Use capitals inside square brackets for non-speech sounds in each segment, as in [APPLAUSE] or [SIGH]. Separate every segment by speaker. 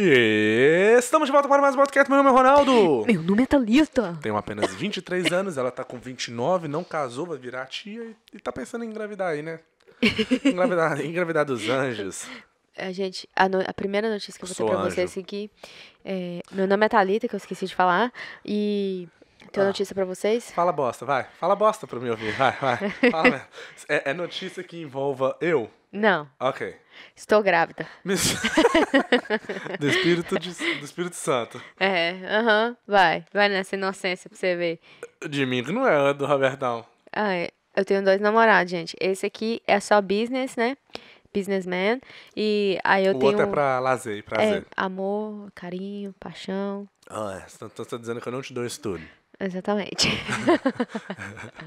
Speaker 1: E estamos de volta para mais um podcast. Meu nome é Ronaldo.
Speaker 2: Meu nome é Thalita.
Speaker 1: Tenho apenas 23 anos, ela tá com 29, não casou, vai virar tia e, e tá pensando em engravidar aí,
Speaker 2: [LAUGHS]
Speaker 1: né? Engravidar, engravidar dos anjos.
Speaker 2: A gente, a, no- a primeira notícia que eu vou
Speaker 1: Sou
Speaker 2: ter pra
Speaker 1: anjo.
Speaker 2: vocês aqui. É, meu nome é Thalita, que eu esqueci de falar. E tenho
Speaker 1: Ah.
Speaker 2: uma notícia pra vocês.
Speaker 1: Fala bosta, vai. Fala bosta pra me ouvir, vai, vai. Fala mesmo. É, é notícia que envolva eu?
Speaker 2: Não,
Speaker 1: Ok.
Speaker 2: estou grávida.
Speaker 1: Miss- [LAUGHS] do, espírito de- do Espírito Santo.
Speaker 2: É, aham, vai. Vai nessa inocência pra você ver.
Speaker 1: De mim, que não é do Robertão.
Speaker 2: Ah, é, eu tenho dois namorados, gente. Esse aqui é só business, né? Businessman. E aí eu
Speaker 1: o
Speaker 2: tenho.
Speaker 1: outro é pra lazer e prazer.
Speaker 2: é, amor, carinho, paixão.
Speaker 1: Ah, você tá- você tá dizendo que eu não te dou isso tudo.
Speaker 2: Exatamente.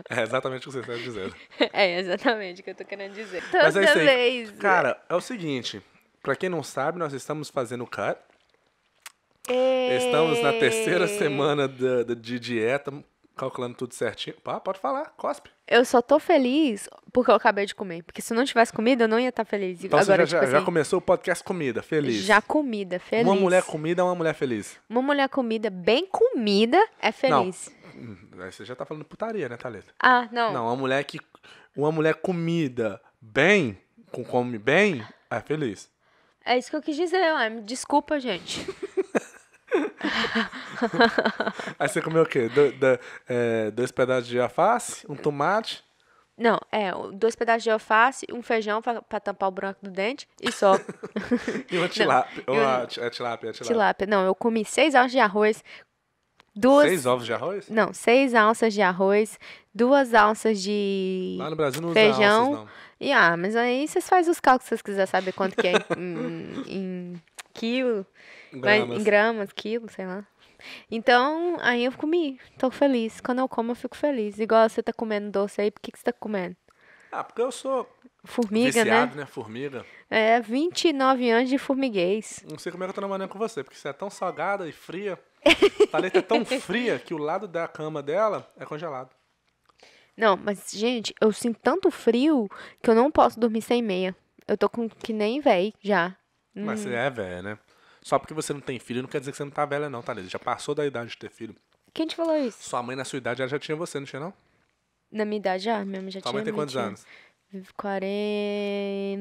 Speaker 1: É exatamente o que você está dizendo.
Speaker 2: [LAUGHS] é exatamente o que eu tô querendo dizer. Toda
Speaker 1: Mas é isso aí.
Speaker 2: vez.
Speaker 1: Cara, é o seguinte. Pra quem não sabe, nós estamos fazendo o cut. Estamos na terceira
Speaker 2: Ei.
Speaker 1: semana da- da- de, dieta, calculando tudo certinho. Pá, pode falar, cospe.
Speaker 2: Eu só tô feliz porque eu acabei de comer. Porque se eu não tivesse comida, eu não ia estar feliz.
Speaker 1: Então
Speaker 2: Agora,
Speaker 1: você já,
Speaker 2: tipo
Speaker 1: já- já
Speaker 2: assim,
Speaker 1: começou o podcast comida, feliz.
Speaker 2: já comida, feliz.
Speaker 1: Uma mulher comida é uma mulher feliz.
Speaker 2: Uma mulher comida, bem comida, é feliz.
Speaker 1: Hum, Aí você já tá falando putaria, né, Thalita?
Speaker 2: Ah, não.
Speaker 1: Não, uma mulher que. Uma mulher comida bem, com come bem, é feliz.
Speaker 2: É isso que eu quis dizer, ué. Me Desculpa, gente.
Speaker 1: Aí você comeu o quê? Do- do- é, dois pedaços de alface, um tomate.
Speaker 2: Não, é, o- dois pedaços de alface, um feijão pra, pra tampar o buraco do dente
Speaker 1: [LAUGHS]
Speaker 2: e só.
Speaker 1: E uma tilápia.
Speaker 2: eu-
Speaker 1: Uma ti- é tilápia, é tilápia.
Speaker 2: Tilápia. Não, eu comi seis alças de arroz, duas.
Speaker 1: Seis ovos de arroz?
Speaker 2: Não, seis alças de arroz, duas alças de.
Speaker 1: Lá no Brasil não usa
Speaker 2: Feijão.
Speaker 1: alças, não.
Speaker 2: E, ah, mas aí vocês fazem os cálculos se vocês quiserem saber quanto que é em, [LAUGHS] em- em quilo, mas em
Speaker 1: Gramas.
Speaker 2: gramas, quilo, sei lá. Então, aí eu comi, tô feliz. Quando eu como, eu fico feliz. Igual você tá comendo doce aí, por que, que você tá comendo?
Speaker 1: Ah, porque eu sou
Speaker 2: Formiga,
Speaker 1: viciado,
Speaker 2: né?
Speaker 1: né? Formiga.
Speaker 2: É, 29 anos de formiguês.
Speaker 1: Não sei como é que eu tô namorando com você, porque você é tão salgada e fria. Falei que é
Speaker 2: [LAUGHS]
Speaker 1: tão fria que o lado da cama dela é congelado.
Speaker 2: Não, mas, gente, eu sinto tanto frio que eu não posso dormir sem meia. Eu tô com que nem véi, já.
Speaker 1: Mas
Speaker 2: Hum.
Speaker 1: você é velha, né? Só porque você não tem filho não quer dizer que você não tá velha, não, Thalita. Já passou da idade de ter filho.
Speaker 2: Quem te falou isso?
Speaker 1: Sua mãe, na sua idade, ela já tinha você, não tinha, não?
Speaker 2: Na minha idade, já, minha mãe já
Speaker 1: Sua
Speaker 2: tinha
Speaker 1: mãe tem
Speaker 2: me
Speaker 1: quantos
Speaker 2: tinha.
Speaker 1: anos?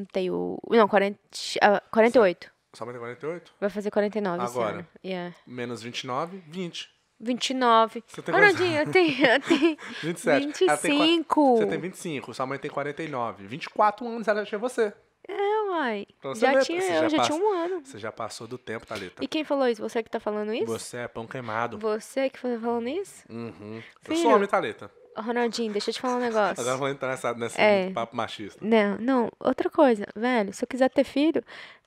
Speaker 2: 41. Não, 40, ah, 48.
Speaker 1: Sua mãe tem 48?
Speaker 2: Vai fazer 49
Speaker 1: Agora.
Speaker 2: esse ano. Yeah.
Speaker 1: Menos 29, 20.
Speaker 2: 29.
Speaker 1: Você tem quantos?
Speaker 2: Ronaldinho, eu tenho, eu tenho
Speaker 1: 27. Ela tem qua-
Speaker 2: 25.
Speaker 1: Você tem 25, sua mãe tem 49. 24 anos ela já tinha você.
Speaker 2: Não, uai.
Speaker 1: [LAUGHS] Pra você
Speaker 2: Já
Speaker 1: ver,
Speaker 2: tinha
Speaker 1: você
Speaker 2: eu,
Speaker 1: já
Speaker 2: já,
Speaker 1: passa-
Speaker 2: tinha um ano.
Speaker 1: Você já passou do tempo, Thalita.
Speaker 2: E quem falou isso? Você que tá falando isso?
Speaker 1: Você é pão queimado.
Speaker 2: Você que tá falando isso?
Speaker 1: Uhum. Eu
Speaker 2: Filho.
Speaker 1: sou homem, Thalita.
Speaker 2: Ronaldinho, deixa eu te falar
Speaker 1: [LAUGHS]
Speaker 2: um negócio.
Speaker 1: Agora eu vou entrar nessa, nesse
Speaker 2: É.
Speaker 1: papo machista.
Speaker 2: Não, não, outra coisa, velho, se eu quiser ter filho,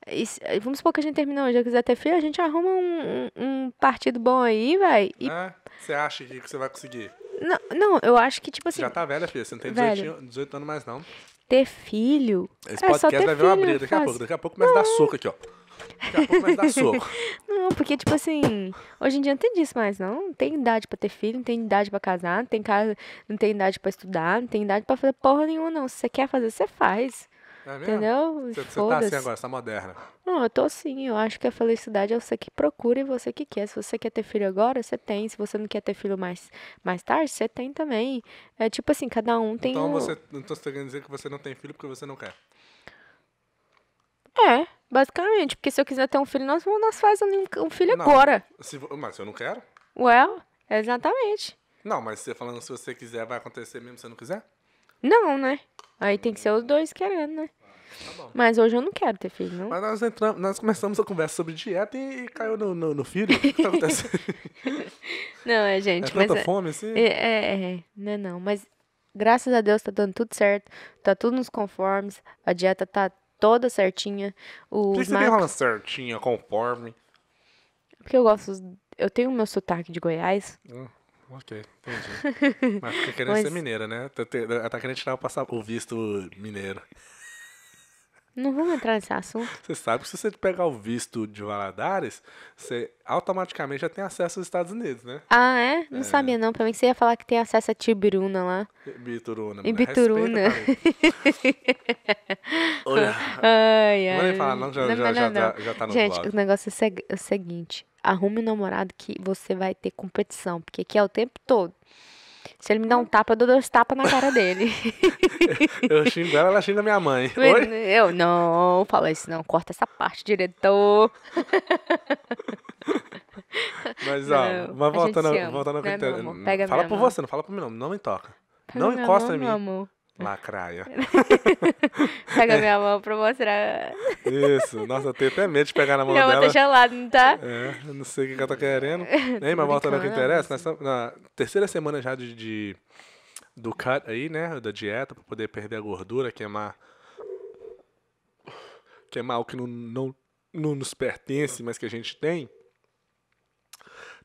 Speaker 2: e se- vamos supor que a gente terminou hoje, eu quiser ter filho, a gente arruma um, um- um partido bom aí, velho, e
Speaker 1: É? Você acha que você vai conseguir?
Speaker 2: Não, não, eu acho que, tipo
Speaker 1: Você
Speaker 2: assim,
Speaker 1: já tá velha, filha. Você não tem
Speaker 2: Velho.
Speaker 1: 18, an- 18 anos mais, não.
Speaker 2: ter filho.
Speaker 1: Esse
Speaker 2: é só
Speaker 1: podcast
Speaker 2: ter
Speaker 1: vai ver
Speaker 2: filho,
Speaker 1: uma briga daqui a
Speaker 2: fácil.
Speaker 1: pouco. né? Daqui a pouco começa a dar soco aqui, ó. Daqui a pouco começa
Speaker 2: [LAUGHS]
Speaker 1: a dar soco.
Speaker 2: Não, porque, tipo assim, hoje em dia não tem disso mais, não. Não tem idade pra ter filho, não tem idade pra casar, não tem casa, não tem idade pra estudar, não tem idade pra fazer porra nenhuma, não. Se você quer fazer, você faz.
Speaker 1: É mesmo?
Speaker 2: Entendeu?
Speaker 1: Você, você tá
Speaker 2: Foda-se.
Speaker 1: assim agora, você tá moderna.
Speaker 2: Não, eu tô sim. Eu acho que a felicidade é você que procura e você que quer. Se você quer ter filho agora, você tem. Se você não quer ter filho mais, mais tarde, você tem também. É tipo assim, cada um tem
Speaker 1: Então
Speaker 2: um...
Speaker 1: você. Então você tá querendo dizer que você não tem filho porque você não quer.
Speaker 2: É, basicamente. Porque se eu quiser ter um filho, nós, nós fazemos um filho
Speaker 1: Não.
Speaker 2: agora.
Speaker 1: Se vo- mas eu não quero?
Speaker 2: Well, exatamente.
Speaker 1: Não, mas você falando se você quiser, vai acontecer mesmo se você não quiser?
Speaker 2: Não, né? Aí tem que ser os dois querendo, né?
Speaker 1: Tá bom.
Speaker 2: Mas hoje eu não quero ter filho, não.
Speaker 1: Mas nós, entramos, nós começamos a conversa sobre dieta e caiu no, no, no filho. O que
Speaker 2: [LAUGHS]
Speaker 1: tá acontecendo?
Speaker 2: Não, é,
Speaker 1: É
Speaker 2: gente, mas.
Speaker 1: tanta fome assim?
Speaker 2: É, é, é, não é não. Mas graças a Deus tá dando tudo certo. Tá tudo nos conformes. A dieta tá toda certinha.
Speaker 1: Por
Speaker 2: Os
Speaker 1: que você tem
Speaker 2: macros-
Speaker 1: uma certinha, conforme?
Speaker 2: Porque eu gosto. dos- Eu tenho o meu sotaque de Goiás.
Speaker 1: Hum, Ok, entendi.
Speaker 2: [LAUGHS]
Speaker 1: Mas fica querendo
Speaker 2: Mas-
Speaker 1: ser mineira, né? Tá, te- ela tá querendo tirar o, passa- o visto mineiro.
Speaker 2: Não vamos entrar nesse assunto.
Speaker 1: Você sabe que se você pegar o visto de Valadares, você automaticamente já tem acesso aos Estados Unidos, né?
Speaker 2: Ah, é? Não sabia não. Pra mim que você ia falar que tem acesso a Tibiruna lá. [LAUGHS]
Speaker 1: Bituruna.
Speaker 2: Em
Speaker 1: menina,
Speaker 2: Bituruna.
Speaker 1: respeita, Karina. Olha,
Speaker 2: [LAUGHS] Ai, ai.
Speaker 1: não vou nem falar, não, já, já,
Speaker 2: melhor
Speaker 1: já,
Speaker 2: não.
Speaker 1: já, já tá no
Speaker 2: Gente,
Speaker 1: blog.
Speaker 2: o negócio é o seg- é o seguinte: arrume um namorado que você vai ter competição, porque aqui é o tempo todo. Se ele me dá um tapa, eu dou dois tapas na cara
Speaker 1: [LAUGHS]
Speaker 2: dele. [LAUGHS]
Speaker 1: Eu xingo ela, ela xinga minha mãe. Oi?
Speaker 2: eu não, fala isso não, corta essa parte, diretor.
Speaker 1: Mas, ó,
Speaker 2: Não, a
Speaker 1: mas
Speaker 2: gente
Speaker 1: voltando,
Speaker 2: se
Speaker 1: a-
Speaker 2: ama,
Speaker 1: voltando ao que
Speaker 2: né,
Speaker 1: eu
Speaker 2: meu
Speaker 1: te-
Speaker 2: amor? Pega
Speaker 1: Fala
Speaker 2: minha
Speaker 1: por
Speaker 2: mão.
Speaker 1: você, não fala por mim, não. Não me toca.
Speaker 2: Pega
Speaker 1: Não
Speaker 2: minha
Speaker 1: encosta
Speaker 2: mão,
Speaker 1: em
Speaker 2: meu
Speaker 1: mim.
Speaker 2: amor. [LAUGHS]
Speaker 1: Lacraia.
Speaker 2: Pega minha mão pra mostrar.
Speaker 1: [LAUGHS] Isso. Nossa, eu tenho até medo de pegar na mão
Speaker 2: Minha mão
Speaker 1: dela.
Speaker 2: tá gelada, não tá?
Speaker 1: [LAUGHS] É, eu não sei o que que ela tá
Speaker 2: [LAUGHS]
Speaker 1: querendo. Nem, mas
Speaker 2: brincando, assim.
Speaker 1: voltando ao que
Speaker 2: não,
Speaker 1: interessa, nós estamos na terceira semana já de, de- do cut aí, né? Da dieta, pra poder perder a gordura, queimar. Queimar o que não, não, não nos pertence, mas que a gente tem.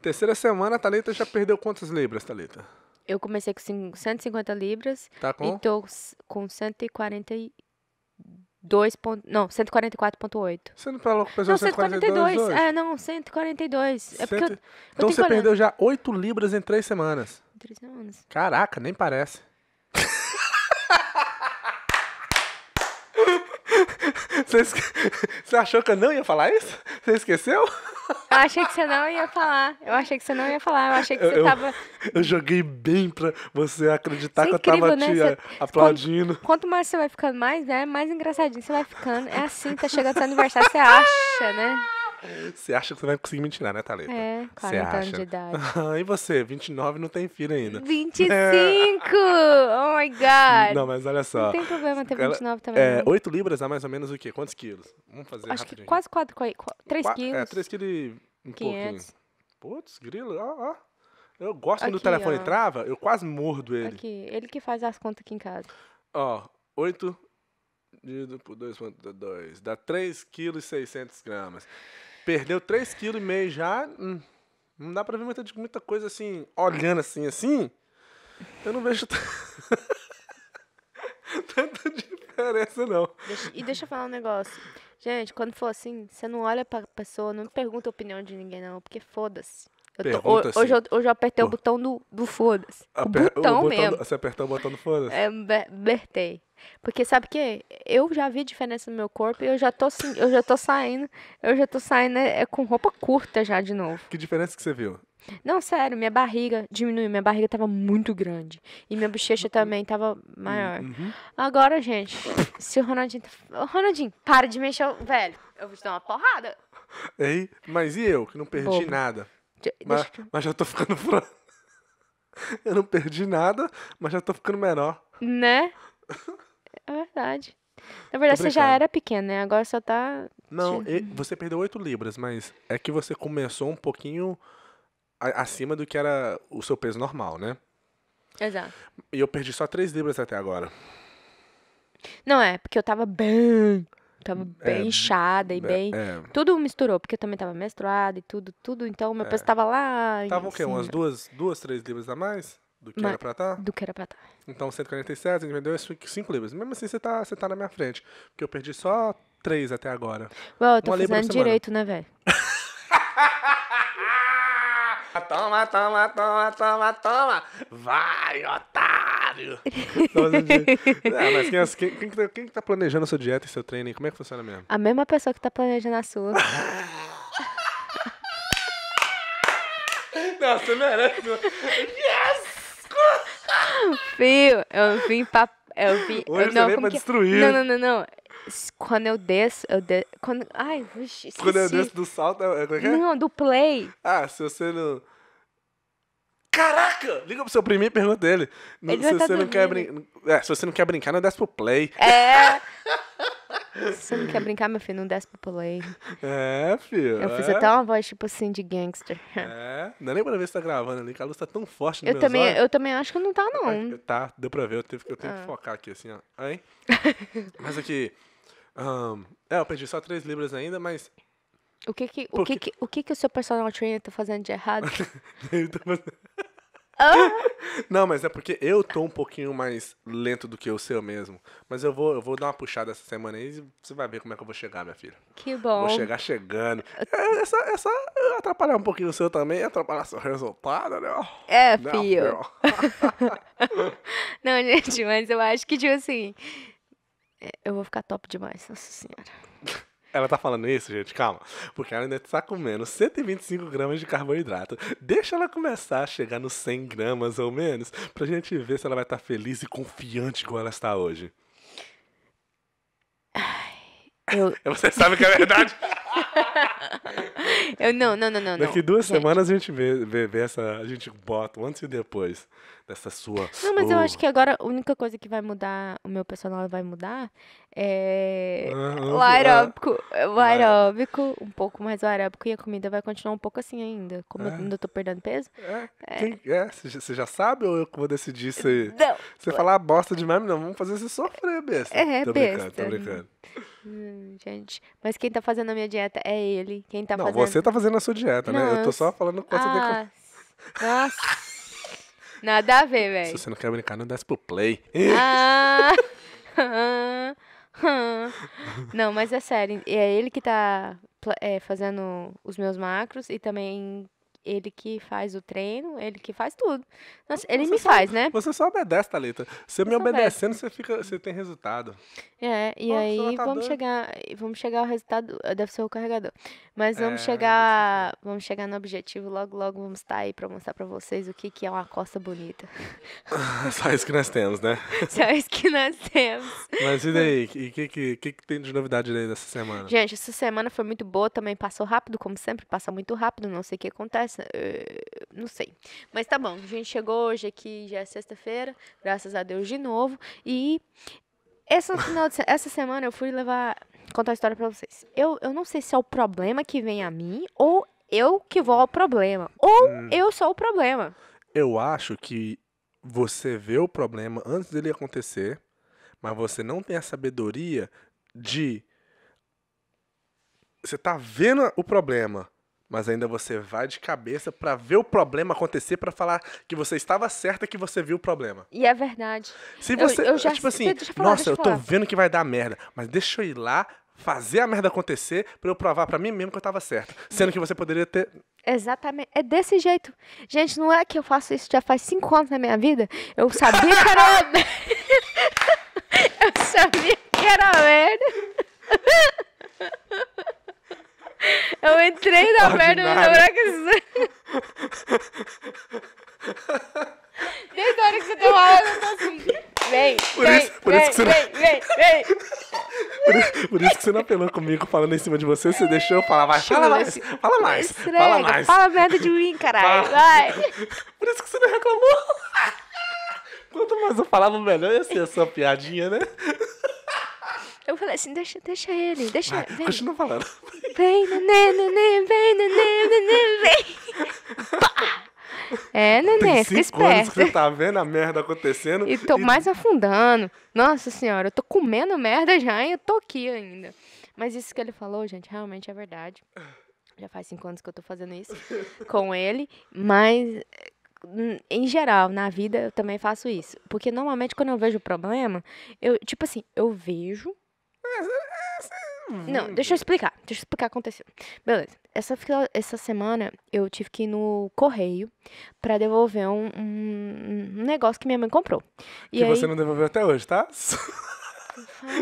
Speaker 1: Terceira semana, a Thalita já perdeu quantas libras, Thalita?
Speaker 2: Eu comecei com cin- 150 libras
Speaker 1: Tá com?
Speaker 2: e tô s- com 142. Ponto, não, 144,8.
Speaker 1: Você não tá falou com o pessoal
Speaker 2: Não,
Speaker 1: 142
Speaker 2: 142.
Speaker 1: hoje?
Speaker 2: É, não, 142. É porque
Speaker 1: Cento- Então
Speaker 2: eu, tenho
Speaker 1: você
Speaker 2: que olhar.
Speaker 1: perdeu já 8 libras em 3 semanas.
Speaker 2: Três anos.
Speaker 1: Caraca, nem parece. [LAUGHS] Você, esque... você achou que eu não ia falar isso? Você esqueceu?
Speaker 2: Eu achei que você não ia falar. Eu achei que você não ia falar. Eu achei que você
Speaker 1: Eu- eu-
Speaker 2: tava.
Speaker 1: Eu joguei bem pra você acreditar
Speaker 2: Isso é
Speaker 1: que eu tava te
Speaker 2: incrível, né?
Speaker 1: a- aplaudindo.
Speaker 2: Quanto mais você vai ficando mais, né? Mais engraçadinho você vai ficando. É assim, tá chegando seu aniversário, você acha, né?
Speaker 1: Você acha que você vai conseguir me tirar, né, Thalita?
Speaker 2: É,
Speaker 1: Você
Speaker 2: 40 anos
Speaker 1: acha?
Speaker 2: de idade.
Speaker 1: [LAUGHS] e você, 29, não tem filho ainda.
Speaker 2: 25! Oh my god!
Speaker 1: Não, mas olha
Speaker 2: Não
Speaker 1: só.
Speaker 2: tem problema ter
Speaker 1: Ela-
Speaker 2: 29 também.
Speaker 1: É,
Speaker 2: não.
Speaker 1: 8 libras dá mais ou menos o quê? Quantos quilos? Vamos fazer
Speaker 2: Acho que
Speaker 1: rapidinho.
Speaker 2: quase 4, 3
Speaker 1: Qua-
Speaker 2: quilos.
Speaker 1: É, 3 quilos e um pouquinho.
Speaker 2: 500.
Speaker 1: Putz, grilo, ó, ó. Eu gosto quando o
Speaker 2: Aqui,
Speaker 1: telefone
Speaker 2: ó.
Speaker 1: trava, eu quase mordo ele.
Speaker 2: Aqui, ele É que faz as contas aqui em casa.
Speaker 1: Ó, 8 dividido por 2.2, dá 3,6 kg. Perdeu 3,5 kg já. hum, não dá pra ver muita, muita coisa assim, olhando assim, assim. Eu não vejo [LAUGHS] t- tanta diferença, não.
Speaker 2: Deixa- e deixa eu falar um negócio. Gente, quando for assim, você não olha pra pessoa, não pergunta a opinião de ninguém, não, porque foda-se. Eu tô-
Speaker 1: Pergunta sim.
Speaker 2: hoje, eu, hoje eu apertei o
Speaker 1: Pô.
Speaker 2: botão do, do foda-se. O
Speaker 1: Aper-
Speaker 2: botão
Speaker 1: do-
Speaker 2: mesmo.
Speaker 1: Você apertou o botão do foda-se.
Speaker 2: É, be- bertei. Porque sabe o quê? Eu já vi diferença no meu corpo e eu já tô, assim- eu já tô saindo, eu já tô saindo é, é, com roupa curta já de novo.
Speaker 1: Que diferença que você viu?
Speaker 2: Não, sério, minha barriga diminuiu, minha barriga tava muito grande. E minha bochecha também tava maior.
Speaker 1: Uhum.
Speaker 2: Agora, gente, se o Ronaldinho. Tá... Ô, Ronaldinho, para de mexer, o- velho. Eu vou te dar uma porrada.
Speaker 1: Ei, mas e eu, que não perdi
Speaker 2: Bobo.
Speaker 1: nada?
Speaker 2: De-
Speaker 1: Mas,
Speaker 2: deixa eu-
Speaker 1: mas já tô ficando [LAUGHS] frango. Eu não perdi nada, mas já tô ficando menor.
Speaker 2: Né? É verdade. Na verdade, você já
Speaker 1: brincando.
Speaker 2: era pequeno, né? Agora só tá.
Speaker 1: Não, e- você perdeu 8 libras, mas é que você começou um pouquinho a- acima do que era o seu peso normal, né?
Speaker 2: Exato.
Speaker 1: E eu perdi só 3 libras até agora.
Speaker 2: Não é, porque eu tava bem. Tava bem
Speaker 1: É,
Speaker 2: inchada e
Speaker 1: É,
Speaker 2: bem.
Speaker 1: é.
Speaker 2: Tudo misturou, porque eu também tava menstruada e tudo, tudo. Então, meu peso tava lá. em
Speaker 1: É. Tava o quê? Umas
Speaker 2: cima
Speaker 1: 2, duas 3 libras a mais do que
Speaker 2: Mas-
Speaker 1: era pra estar?
Speaker 2: Do que era pra tá. estar.
Speaker 1: Então 147, você perdeu 5 libras. Mesmo assim, você tá, você tá na minha frente. Porque eu perdi só 3 até agora.
Speaker 2: Ué, eu tô
Speaker 1: Uma libra por
Speaker 2: fazendo
Speaker 1: semana.
Speaker 2: direito, né, velho?
Speaker 1: Ah! Toma, toma, toma, toma, toma. Vai, otário. Então, Não, ah, mas quem, quem- quem que tá- quem que tá planejando a sua dieta e seu treino? aí? Como é que funciona mesmo?
Speaker 2: A mesma pessoa que tá planejando a sua.
Speaker 1: Não, você merece.
Speaker 2: Fio, eu vim pra. Eu vim.
Speaker 1: Hoje
Speaker 2: eu,
Speaker 1: você
Speaker 2: não,
Speaker 1: veio
Speaker 2: como
Speaker 1: pra
Speaker 2: que é?
Speaker 1: destruir.
Speaker 2: Não, não, não, não. S- Quando eu desço, eu desço. Quando... Ai, vixe, esqueci.
Speaker 1: Quando eu desço do salto, é, é, como é que é?
Speaker 2: Não, do play.
Speaker 1: Ah, se você não... Caraca! Liga pro seu priminho e pergunta ele. Não-
Speaker 2: Ele vai
Speaker 1: se,
Speaker 2: tá
Speaker 1: você não quer
Speaker 2: dormindo.
Speaker 1: brin... é, se você não quer brincar, não desce pro play. [LAUGHS]
Speaker 2: É. Você não quer brincar, meu filho? Não desce pro play.
Speaker 1: É, filho.
Speaker 2: Eu
Speaker 1: é.
Speaker 2: fiz até uma voz tipo assim de gangster.
Speaker 1: É. Não dá nem pra ver se tá gravando ali, que a luz tá tão forte no
Speaker 2: Eu
Speaker 1: meu
Speaker 2: também, eu também acho que não tá, não. Ah.
Speaker 1: Ai, Tá, deu pra ver, eu, tive, que- eu tenho que focar aqui, assim, ó.
Speaker 2: [LAUGHS]
Speaker 1: Aí. mas aqui. ahn, é, eu perdi só 3 libras ainda, mas. [LAUGHS]
Speaker 2: O que que o,
Speaker 1: Por [LAUGHS]
Speaker 2: que que, o que que o seu personal trainer tá fazendo de errado?
Speaker 1: Ele tá fazendo-
Speaker 2: Ah!
Speaker 1: [LAUGHS] Não, mas é porque eu tô um pouquinho mais lento do que o seu mesmo. Mas eu vou, eu vou dar uma puxada essa semana aí e você vai ver como é que eu vou chegar, minha filha.
Speaker 2: [LAUGHS] Que bom.
Speaker 1: Vou chegar chegando. É, é, só, é só atrapalhar um pouquinho o seu também, atrapalhar seu resultado, né?
Speaker 2: É,
Speaker 1: Não,
Speaker 2: fio. Não, [LAUGHS] gente, mas eu acho que, tipo assim. é, Eu vou ficar top demais, nossa senhora.
Speaker 1: Ela tá falando isso, gente, calma. Porque ela ainda tá comendo 125 gramas de carboidrato. Deixa ela começar a chegar nos 100 gramas ou menos, pra gente ver se ela vai estar feliz e confiante como ela está hoje.
Speaker 2: Eu,
Speaker 1: [LAUGHS] Você sabe que é verdade?
Speaker 2: eu não, não, [LAUGHS] não, não. não.
Speaker 1: Daqui duas
Speaker 2: gente.
Speaker 1: semanas a gente vê, vê- vê essa. A gente bota um antes e depois dessa sua.
Speaker 2: Não, mas eu
Speaker 1: Oh,
Speaker 2: acho que agora a única coisa que vai mudar, o meu personal vai mudar, é
Speaker 1: ah,
Speaker 2: o
Speaker 1: ah,
Speaker 2: aeróbico, o
Speaker 1: vai.
Speaker 2: aeróbico, um pouco mais o aeróbico e a comida vai continuar um pouco assim ainda, como eu
Speaker 1: É.
Speaker 2: ainda tô perdendo peso.
Speaker 1: é, quem- é, você já- você já sabe ou eu que vou decidir se
Speaker 2: Não,
Speaker 1: você falar bosta demais? Não, vamos fazer você sofrer, besta.
Speaker 2: É,
Speaker 1: tô brincando,
Speaker 2: besta.
Speaker 1: tô brincando.
Speaker 2: Hum, gente, mas quem tá fazendo a minha dieta é ele, quem tá
Speaker 1: não,
Speaker 2: fazendo...
Speaker 1: você tá fazendo a sua dieta, né? Eu tô
Speaker 2: Nossa.
Speaker 1: só falando quanto você tem que
Speaker 2: Ah, nossa, nada a ver,
Speaker 1: Se
Speaker 2: velho.
Speaker 1: você não quer brincar, não desce pro play.
Speaker 2: Ah, [LAUGHS] ah, ah. Não, mas é sério. e É ele que tá pla- é, fazendo os meus macros e também ele que faz o treino, ele que faz tudo. Nossa, ele
Speaker 1: Você
Speaker 2: me
Speaker 1: sabe-
Speaker 2: faz, né?
Speaker 1: Você só obedece, Thalita. Você me
Speaker 2: sou besta.
Speaker 1: obedecendo, você, fica, você tem resultado. [LAUGHS]
Speaker 2: É, e
Speaker 1: Nossa, ela
Speaker 2: aí
Speaker 1: tá doida.
Speaker 2: vamos chegar, e vamos chegar ao resultado, ah, deve ser o carregador. Mas vamos
Speaker 1: É,
Speaker 2: chegar, vamos chegar no objetivo, logo logo vamos estar aí pra mostrar pra vocês o que que é uma costa bonita. [LAUGHS]
Speaker 1: só isso que nós temos, né?
Speaker 2: Só isso que nós temos.
Speaker 1: Mas e
Speaker 2: [LAUGHS]
Speaker 1: daí? O que, que, que- que tem de novidade daí dessa semana?
Speaker 2: Gente, essa semana foi muito boa, também passou rápido, como sempre, passa muito rápido, não sei o que acontece, eh, não sei. Mas tá bom, a gente chegou hoje aqui, já é sexta-feira, graças a Deus de novo. E essa, final de se- essa semana eu fui levar, contar a história pra vocês. Eu, eu não sei se é o problema que vem a mim, ou eu que vou ao problema, ou eu sou o problema.
Speaker 1: Eu acho que você vê o problema antes dele acontecer, mas você não tem a sabedoria de. Você tá vendo o problema, mas ainda você vai de cabeça pra ver o problema acontecer pra falar que você estava certa que você viu o problema.
Speaker 2: E é verdade.
Speaker 1: Se
Speaker 2: Eu-
Speaker 1: você,
Speaker 2: eu já
Speaker 1: tipo assim,
Speaker 2: sei- deixa eu falar,
Speaker 1: nossa,
Speaker 2: deixa eu
Speaker 1: eu tô
Speaker 2: falar."
Speaker 1: vendo que vai dar merda, mas deixa eu ir lá fazer a merda acontecer pra eu provar pra mim mesmo que eu tava certo, sendo que você poderia ter
Speaker 2: Exatamente. É desse jeito. Gente, não é que eu faço isso já faz cinco anos na minha vida. Eu sabia que era. uma- [LAUGHS] eu sabia que era uma merda. Eu entrei na merda mas na
Speaker 1: Ordinária.
Speaker 2: hora que você. Desde a hora que você deu aula, eu tô assim. Vem,
Speaker 1: Por
Speaker 2: vem,
Speaker 1: isso- por
Speaker 2: vem,
Speaker 1: isso que você não-
Speaker 2: vem, vem, vem.
Speaker 1: Por isso, por isso que você não apelou comigo falando em cima de você, você deixou eu falar mais. Fala mais,
Speaker 2: Chula,
Speaker 1: [LAUGHS] fala mais,
Speaker 2: Estrega,
Speaker 1: fala mais.
Speaker 2: fala merda de mim, caralho.
Speaker 1: Fala.
Speaker 2: Vai.
Speaker 1: Por isso que você não reclamou. Quanto mais eu falava, melhor ia ser a sua piadinha, né?
Speaker 2: Eu falei assim, deixa, deixa ele, deixa.
Speaker 1: Vai,
Speaker 2: vem.
Speaker 1: continua falando.
Speaker 2: Vem, nenê, nenê, vem, nenê, nenê, vem. Pá! É, nenê,
Speaker 1: Tem
Speaker 2: fica
Speaker 1: cinco anos que
Speaker 2: esperto.
Speaker 1: você tá vendo a merda acontecendo.
Speaker 2: E tô mais afundando. Nossa senhora, eu tô comendo merda já e eu tô aqui ainda. Mas isso que ele falou, gente, realmente é verdade. Já faz cinco anos que eu tô fazendo isso com ele. Mas, eh, n- em geral, na vida eu também faço isso. Porque normalmente quando eu vejo o problema, eu, tipo assim, eu vejo, não, deixa eu explicar. Deixa eu explicar o que aconteceu. Beleza. Essa, fila- essa semana eu tive que ir no correio pra devolver um, um- um negócio que minha mãe comprou. E
Speaker 1: Que
Speaker 2: aí,
Speaker 1: você
Speaker 2: [LAUGHS]
Speaker 1: não devolveu até hoje, tá? [LAUGHS]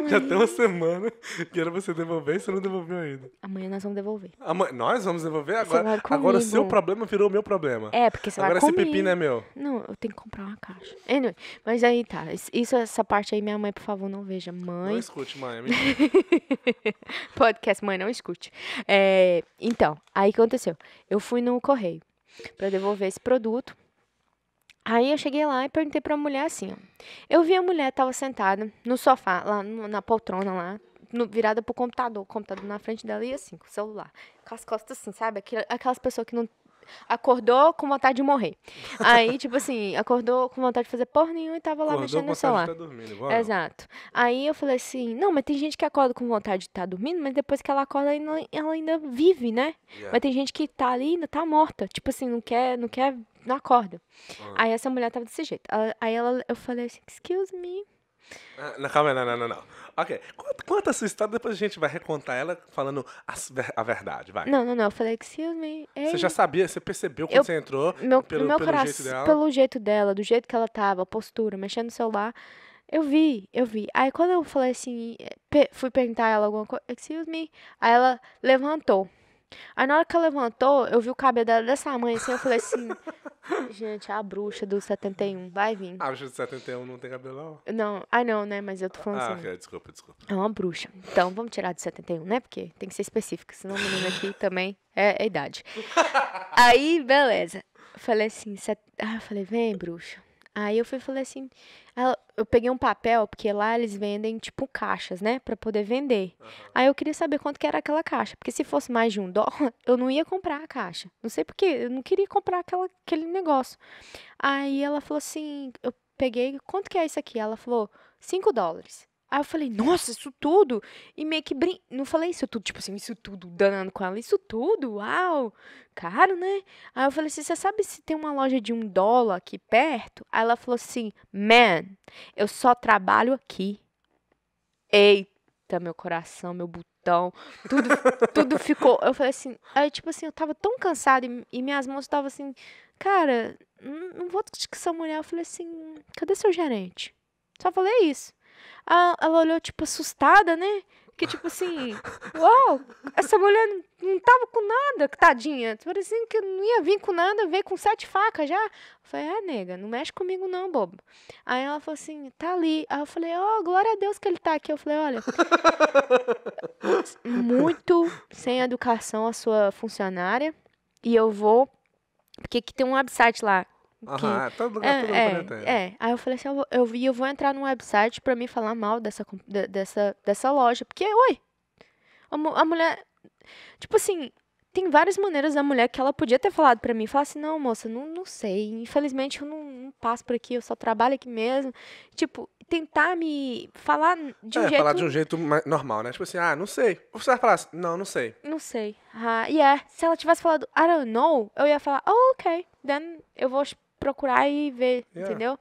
Speaker 1: Já tem uma semana que era você devolver e você não devolveu ainda.
Speaker 2: amanhã nós vamos devolver.
Speaker 1: Amanhã- Nós vamos devolver
Speaker 2: vai
Speaker 1: agora. Agora o seu
Speaker 2: comigo.
Speaker 1: problema virou o meu problema.
Speaker 2: É, porque você
Speaker 1: agora
Speaker 2: vai
Speaker 1: esse
Speaker 2: comigo.
Speaker 1: pepino é meu.
Speaker 2: Não, eu tenho que comprar uma caixa. Anyway, mas aí tá. is- Isso, essa parte aí, minha mãe, por favor, não veja.
Speaker 1: Não
Speaker 2: Mãe,
Speaker 1: escute, mãe.
Speaker 2: [LAUGHS] podcast, mãe, não escute. É, então, aí o que aconteceu? Eu fui no correio pra devolver esse produto. Aí eu cheguei lá e perguntei pra mulher assim, ó. Eu vi a mulher tava sentada no sofá, lá no- na poltrona lá, no- virada pro computador, o computador na frente dela e assim, com o celular. Com as costas assim, sabe? Aquela- Aquelas pessoas que não acordou com vontade de morrer. Aí, tipo assim, acordou com vontade de fazer porra nenhuma e tava lá
Speaker 1: Acordou
Speaker 2: mexendo
Speaker 1: com
Speaker 2: no
Speaker 1: a
Speaker 2: celular. É,
Speaker 1: Tá dormindo, bora.
Speaker 2: Exato. Aí eu falei assim, não, mas tem gente que acorda com vontade de estar dormindo, mas depois que ela acorda, ela ainda- ela ainda vive, né?
Speaker 1: Yeah.
Speaker 2: Mas tem gente que tá ali e ainda tá morta. Tipo assim, não quer, não quer, não acorda.
Speaker 1: Ah.
Speaker 2: Aí essa mulher tava desse jeito. Ela- Aí ela, eu falei assim, excuse me.
Speaker 1: Ah, Não, calma aí, não, não, não, não. Ok. Conta, conta a sua história, depois a gente vai recontar ela falando a, s- ver- a verdade, vai.
Speaker 2: Não, não, não. Eu falei, excuse me. Ei,
Speaker 1: Você já sabia, você percebeu quando
Speaker 2: Eu-
Speaker 1: você entrou,
Speaker 2: meu,
Speaker 1: pelo-
Speaker 2: meu
Speaker 1: pelo
Speaker 2: coração,
Speaker 1: jeito dela?
Speaker 2: pelo jeito dela, do jeito que ela tava, a postura, mexendo no celular. Eu vi, eu vi. Aí quando eu falei assim, eh, pe- fui perguntar a ela alguma coisa, excuse me. Aí ela levantou. Aí na hora que ela levantou, eu vi o cabelo dela dessa mãe assim, eu falei
Speaker 1: [LAUGHS]
Speaker 2: assim, gente, a bruxa do 71, vai vir.
Speaker 1: ah, o de 71 não tem cabelo, não?
Speaker 2: Não, ah não, né, mas eu tô falando
Speaker 1: Ah,
Speaker 2: assim.
Speaker 1: ok, desculpa, desculpa.
Speaker 2: É uma bruxa. Então, vamos tirar de 71, né? Porque tem que ser específico, senão o menino aqui também é, é idade. Aí, beleza. Falei assim, set... ah, eu falei, vem, bruxa. Aí eu fui e falei assim, ela- eu peguei um papel, porque lá eles vendem, tipo, caixas, né? Pra poder vender. Aí eu queria saber quanto que era aquela caixa, porque se fosse mais de um dólar, [LAUGHS] eu não ia comprar a caixa. Não sei por quê, eu não queria comprar aquela, aquele negócio. Aí ela falou assim, eu peguei, quanto que é isso aqui? Ela falou, 5 dólares. Aí eu falei, nossa, isso tudo? E meio que brin... Não falei isso tudo, tipo assim, isso tudo, danando com ela. Isso tudo? Uau! Caro, né? Aí eu falei assim, você sabe se tem uma loja de um dólar aqui perto? Aí ela falou assim, man, eu só trabalho aqui. Eita, meu coração, meu botão, tudo, tudo ficou... Eu falei assim, aí tipo assim, eu tava tão cansada e, e minhas mãos estavam assim, cara, n- não vou discutir com essa mulher. Eu falei assim, cadê seu gerente? Só falei isso. Ah, ela olhou, tipo, assustada, né? Que, tipo assim, uau, essa mulher não- não tava com nada, tadinha. Parecia que não ia vir com nada, veio com sete facas já. Eu falei, ah, nega, não mexe comigo não, bobo. Aí ela falou assim, tá ali. Aí eu falei, ó, glória a Deus que ele tá aqui. Eu falei, olha, muito sem educação a sua funcionária. E eu vou, porque aqui tem um website lá. que-
Speaker 1: Aham, todo lugar, todo
Speaker 2: é,
Speaker 1: lugar tem.
Speaker 2: é, é. Aí eu falei assim, eu vou, eu, vi- eu vou entrar no website pra me falar mal dessa, com- de- dessa, dessa loja. Porque, oi, a, mu- a mulher... Tipo assim, tem várias maneiras da mulher que ela podia ter falado pra mim. Falar assim, não, moça, não, não sei. Infelizmente, eu não, não passo por aqui, eu só trabalho aqui mesmo. Tipo, tentar me falar de um
Speaker 1: É,
Speaker 2: jeito...
Speaker 1: falar de um jeito mais normal, né? Tipo assim, ah, não sei. Você vai falar assim, não, não sei.
Speaker 2: Não sei. Ah, e é, se ela tivesse falado I don't know, eu ia falar, oh, ok. Then eu vou procurar e ver,
Speaker 1: Yeah.
Speaker 2: entendeu?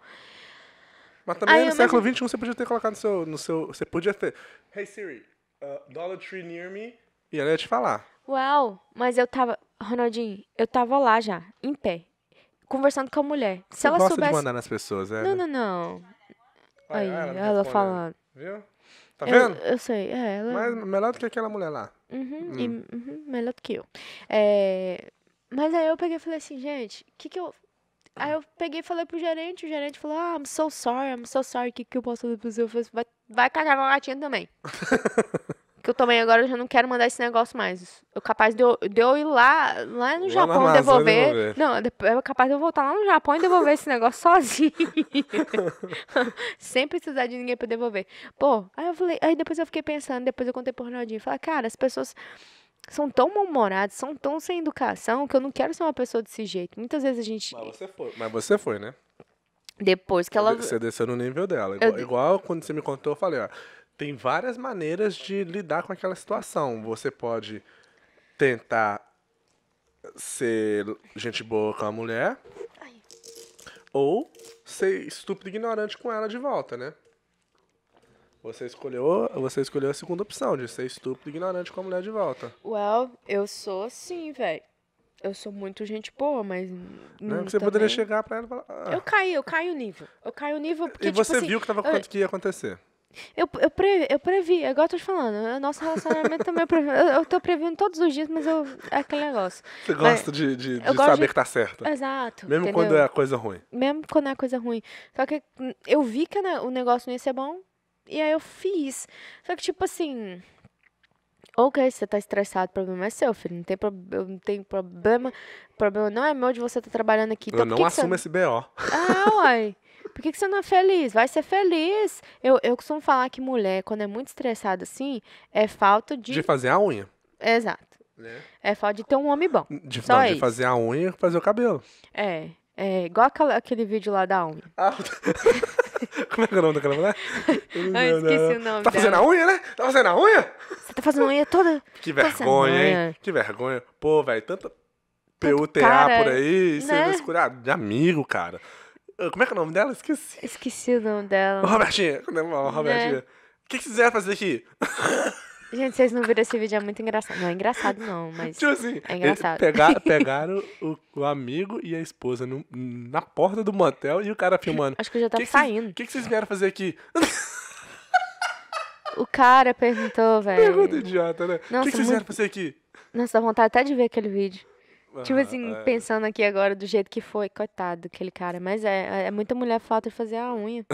Speaker 1: Mas também
Speaker 2: Aí,
Speaker 1: no
Speaker 2: mas-
Speaker 1: século XXI você podia ter colocado no seu, no seu. Você podia ter. Hey Siri, uh, Dollar Tree near me. E ela ia te falar.
Speaker 2: Uau, mas eu tava. Ronaldinho, eu tava lá já, em pé, conversando com a mulher. Se
Speaker 1: você
Speaker 2: ela
Speaker 1: gosta
Speaker 2: soubesse.
Speaker 1: de mandar nas pessoas, é.
Speaker 2: Não,
Speaker 1: né?
Speaker 2: não, não. Aí,
Speaker 1: Olha, olha me
Speaker 2: ela
Speaker 1: respondendo,
Speaker 2: falando.
Speaker 1: Viu? né? Tá
Speaker 2: Eu,
Speaker 1: vendo?
Speaker 2: eu sei, é, ela.
Speaker 1: Mas melhor do que aquela mulher lá.
Speaker 2: Uhum,
Speaker 1: Hum.
Speaker 2: e- uhum, melhor do que eu. É, mas aí eu peguei e falei assim, gente, o que que eu. Aí eu peguei e falei pro gerente, o gerente falou, ah, I'm so sorry, I'm so sorry, o que que eu posso fazer pra você? Eu falei, assim, vai, vai cagar na
Speaker 1: [LAUGHS]
Speaker 2: latinha também. que eu também agora eu já não quero mandar esse negócio mais. Eu capaz de eu, de eu ir lá, lá no
Speaker 1: Lá na
Speaker 2: Japão
Speaker 1: Amazônia
Speaker 2: devolver.
Speaker 1: devolver.
Speaker 2: Não, de- eu capaz de eu voltar lá no Japão e devolver esse
Speaker 1: [LAUGHS]
Speaker 2: negócio [LAUGHS] sozinho. Sem precisar de ninguém pra devolver. Pô, aí eu falei, aí depois eu fiquei pensando, depois eu contei pro Ronaldinho, falei, cara, as pessoas são tão mal-humoradas, são tão sem educação, que eu não quero ser uma pessoa desse jeito. Muitas vezes a gente,
Speaker 1: Mas você foi. Mas você foi, né?
Speaker 2: depois que ela...
Speaker 1: Você desceu no nível dela. Igual,
Speaker 2: de-
Speaker 1: igual quando você me contou, eu falei, ó. Tem várias maneiras de lidar com aquela situação. Você pode tentar ser gente boa com a mulher.
Speaker 2: Ai.
Speaker 1: Ou ser estúpido e ignorante com ela de volta, né? Você escolheu, você escolheu a segunda opção, de ser estúpido e ignorante com a mulher de volta.
Speaker 2: Well, eu sou assim, velho. Eu sou muito gente boa, mas...
Speaker 1: Né?
Speaker 2: não
Speaker 1: Porque Você poderia
Speaker 2: Hum, também.
Speaker 1: chegar pra ela e falar. "Ah".
Speaker 2: Eu caí, eu caí o nível. Eu caí o nível porque,
Speaker 1: e você
Speaker 2: tipo assim,
Speaker 1: viu que tava,
Speaker 2: eu-
Speaker 1: que ia acontecer.
Speaker 2: Eu, eu, pre, eu previ, é igual eu tô te falando. o Nosso relacionamento também eu previ. Eu, eu tô previndo todos os dias, mas eu, é aquele negócio.
Speaker 1: Você gosta de, de, de
Speaker 2: gosto
Speaker 1: saber
Speaker 2: de-
Speaker 1: que tá certo.
Speaker 2: Exato.
Speaker 1: Mesmo
Speaker 2: entendeu?
Speaker 1: quando é coisa ruim.
Speaker 2: Mesmo quando é coisa ruim. Só que hum, eu vi que né, o negócio não ia ser bom. E aí eu fiz. Só que, tipo assim. Ok, você tá estressado, o problema é seu, filho. Não tem, pro, eu não tem problema. O problema não é meu de você estar trabalhando aqui. Então,
Speaker 1: eu
Speaker 2: por
Speaker 1: não
Speaker 2: que que você
Speaker 1: assumo esse BO.
Speaker 2: ah, uai. Por que, que você não é feliz? Vai ser feliz. Eu, eu costumo falar que mulher, quando é muito estressada assim, é falta de.
Speaker 1: De fazer a unha.
Speaker 2: Exato.
Speaker 1: Né?
Speaker 2: É falta de ter um homem bom.
Speaker 1: De,
Speaker 2: Só
Speaker 1: não, de
Speaker 2: isso.
Speaker 1: fazer a unha e fazer o cabelo.
Speaker 2: É. É igual aquela- aquele vídeo lá da unha.
Speaker 1: Ah, [LAUGHS] Como é que é o nome daquela mulher?
Speaker 2: Ah, [LAUGHS] eu esqueci o nome
Speaker 1: Tá fazendo
Speaker 2: dela.
Speaker 1: a unha, né? Tá fazendo a unha?
Speaker 2: Você tá fazendo unha toda.
Speaker 1: Que
Speaker 2: Tá fazendo
Speaker 1: vergonha, hein?
Speaker 2: unha.
Speaker 1: Que vergonha. Pô, velho, tanta PUTA
Speaker 2: cara,
Speaker 1: por aí,
Speaker 2: né?
Speaker 1: serviço curado ah, de amigo, cara. Ah, Como é que é o nome dela? Esqueci.
Speaker 2: Esqueci o nome
Speaker 1: Ô,
Speaker 2: dela.
Speaker 1: Robertinha, quando é uma
Speaker 2: Né?
Speaker 1: Robertinha. O que que vocês quiser fazer aqui?
Speaker 2: Gente, vocês não viram esse vídeo, é muito engraçado. Não é engraçado, não, mas.
Speaker 1: Tipo assim,
Speaker 2: É engraçado.
Speaker 1: ele-
Speaker 2: [LAUGHS]
Speaker 1: pega- pegaram o, o amigo e a esposa no- na porta do motel e o cara filmando.
Speaker 2: Acho que eu já tava
Speaker 1: que que vocês-
Speaker 2: saindo.
Speaker 1: O que, que vocês vieram fazer aqui?
Speaker 2: O
Speaker 1: [LAUGHS]
Speaker 2: cara perguntou,
Speaker 1: Pergunta
Speaker 2: velho.
Speaker 1: idiota, né? O que que,
Speaker 2: É. Nossa,
Speaker 1: vocês vieram
Speaker 2: muito-
Speaker 1: fazer aqui?
Speaker 2: Nossa, dá vontade até de ver aquele vídeo. Tipo
Speaker 1: Ah,
Speaker 2: assim,
Speaker 1: é.
Speaker 2: pensando aqui agora do jeito que foi, coitado daquele cara. Mas é, é muita mulher falta de fazer
Speaker 1: [LAUGHS]
Speaker 2: a unha.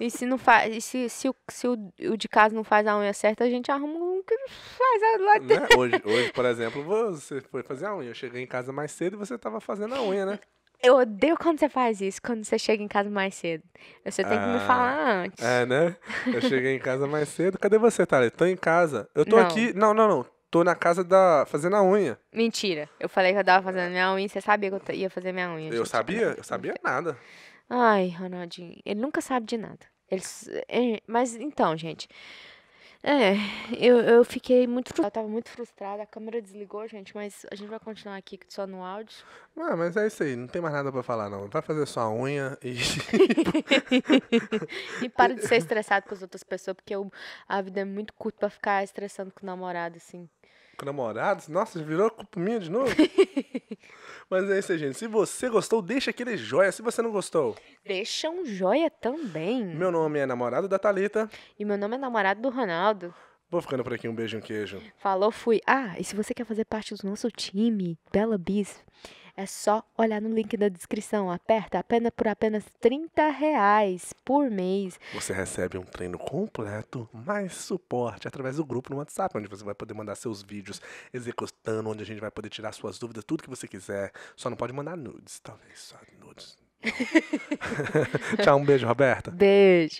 Speaker 2: e se não faz, e se, se, o, se o, o de casa não faz a unha certa, a gente arruma um que faz a lá dentro.
Speaker 1: Né? Hoje, hoje, por exemplo, você foi fazer a unha. Eu cheguei em casa mais cedo e você tava fazendo a unha, né?
Speaker 2: Eu odeio quando você faz isso, quando você chega em casa mais cedo. Você tem que me
Speaker 1: Ah,
Speaker 2: falar antes.
Speaker 1: É, né? Eu cheguei em casa mais cedo. Cadê você, Thalita? Tô em casa. Eu tô
Speaker 2: Não.
Speaker 1: aqui. Não, não, não. Tô na casa da. fazendo a unha.
Speaker 2: Mentira. Eu falei que eu tava fazendo minha unha, você sabia que eu ta- ia fazer minha unha.
Speaker 1: Eu
Speaker 2: gente.
Speaker 1: sabia? Eu sabia nada.
Speaker 2: Ai, Ronaldinho, ele nunca sabe de nada. Ele, s- é, mas então, gente. É, eu, eu fiquei muito frustrada. Eu tava muito frustrada. A câmera desligou, gente, mas a gente vai continuar aqui só no áudio.
Speaker 1: Ah, mas é isso aí. Não tem mais nada pra falar, não. Vai fazer sua unha e.
Speaker 2: E para de ser estressado com as outras pessoas, porque eu- a vida é muito curta pra ficar estressando com o namorado, assim.
Speaker 1: com namorados. Nossa, virou culpa minha de novo? Mas é isso aí, gente. Se você gostou, deixa aquele joia. Se você não gostou,
Speaker 2: Deixa um joia também.
Speaker 1: meu nome é namorado da Thalita.
Speaker 2: E meu nome é namorado do Ronaldo.
Speaker 1: Vou ficando por aqui. Um beijo e um queijo.
Speaker 2: Falou, fui. Ah, e se você quer fazer parte do nosso time, Bela Bis, é só olhar no link da descrição. Aperta apenas por apenas 30 reais por mês.
Speaker 1: Você recebe um treino completo, mais suporte através do grupo no WhatsApp, onde você vai poder mandar seus vídeos executando, onde a gente vai poder tirar suas dúvidas, tudo que você quiser. Só não pode mandar nudes, talvez só nudes. [LAUGHS] Tchau, um beijo, Roberta.
Speaker 2: Beijo.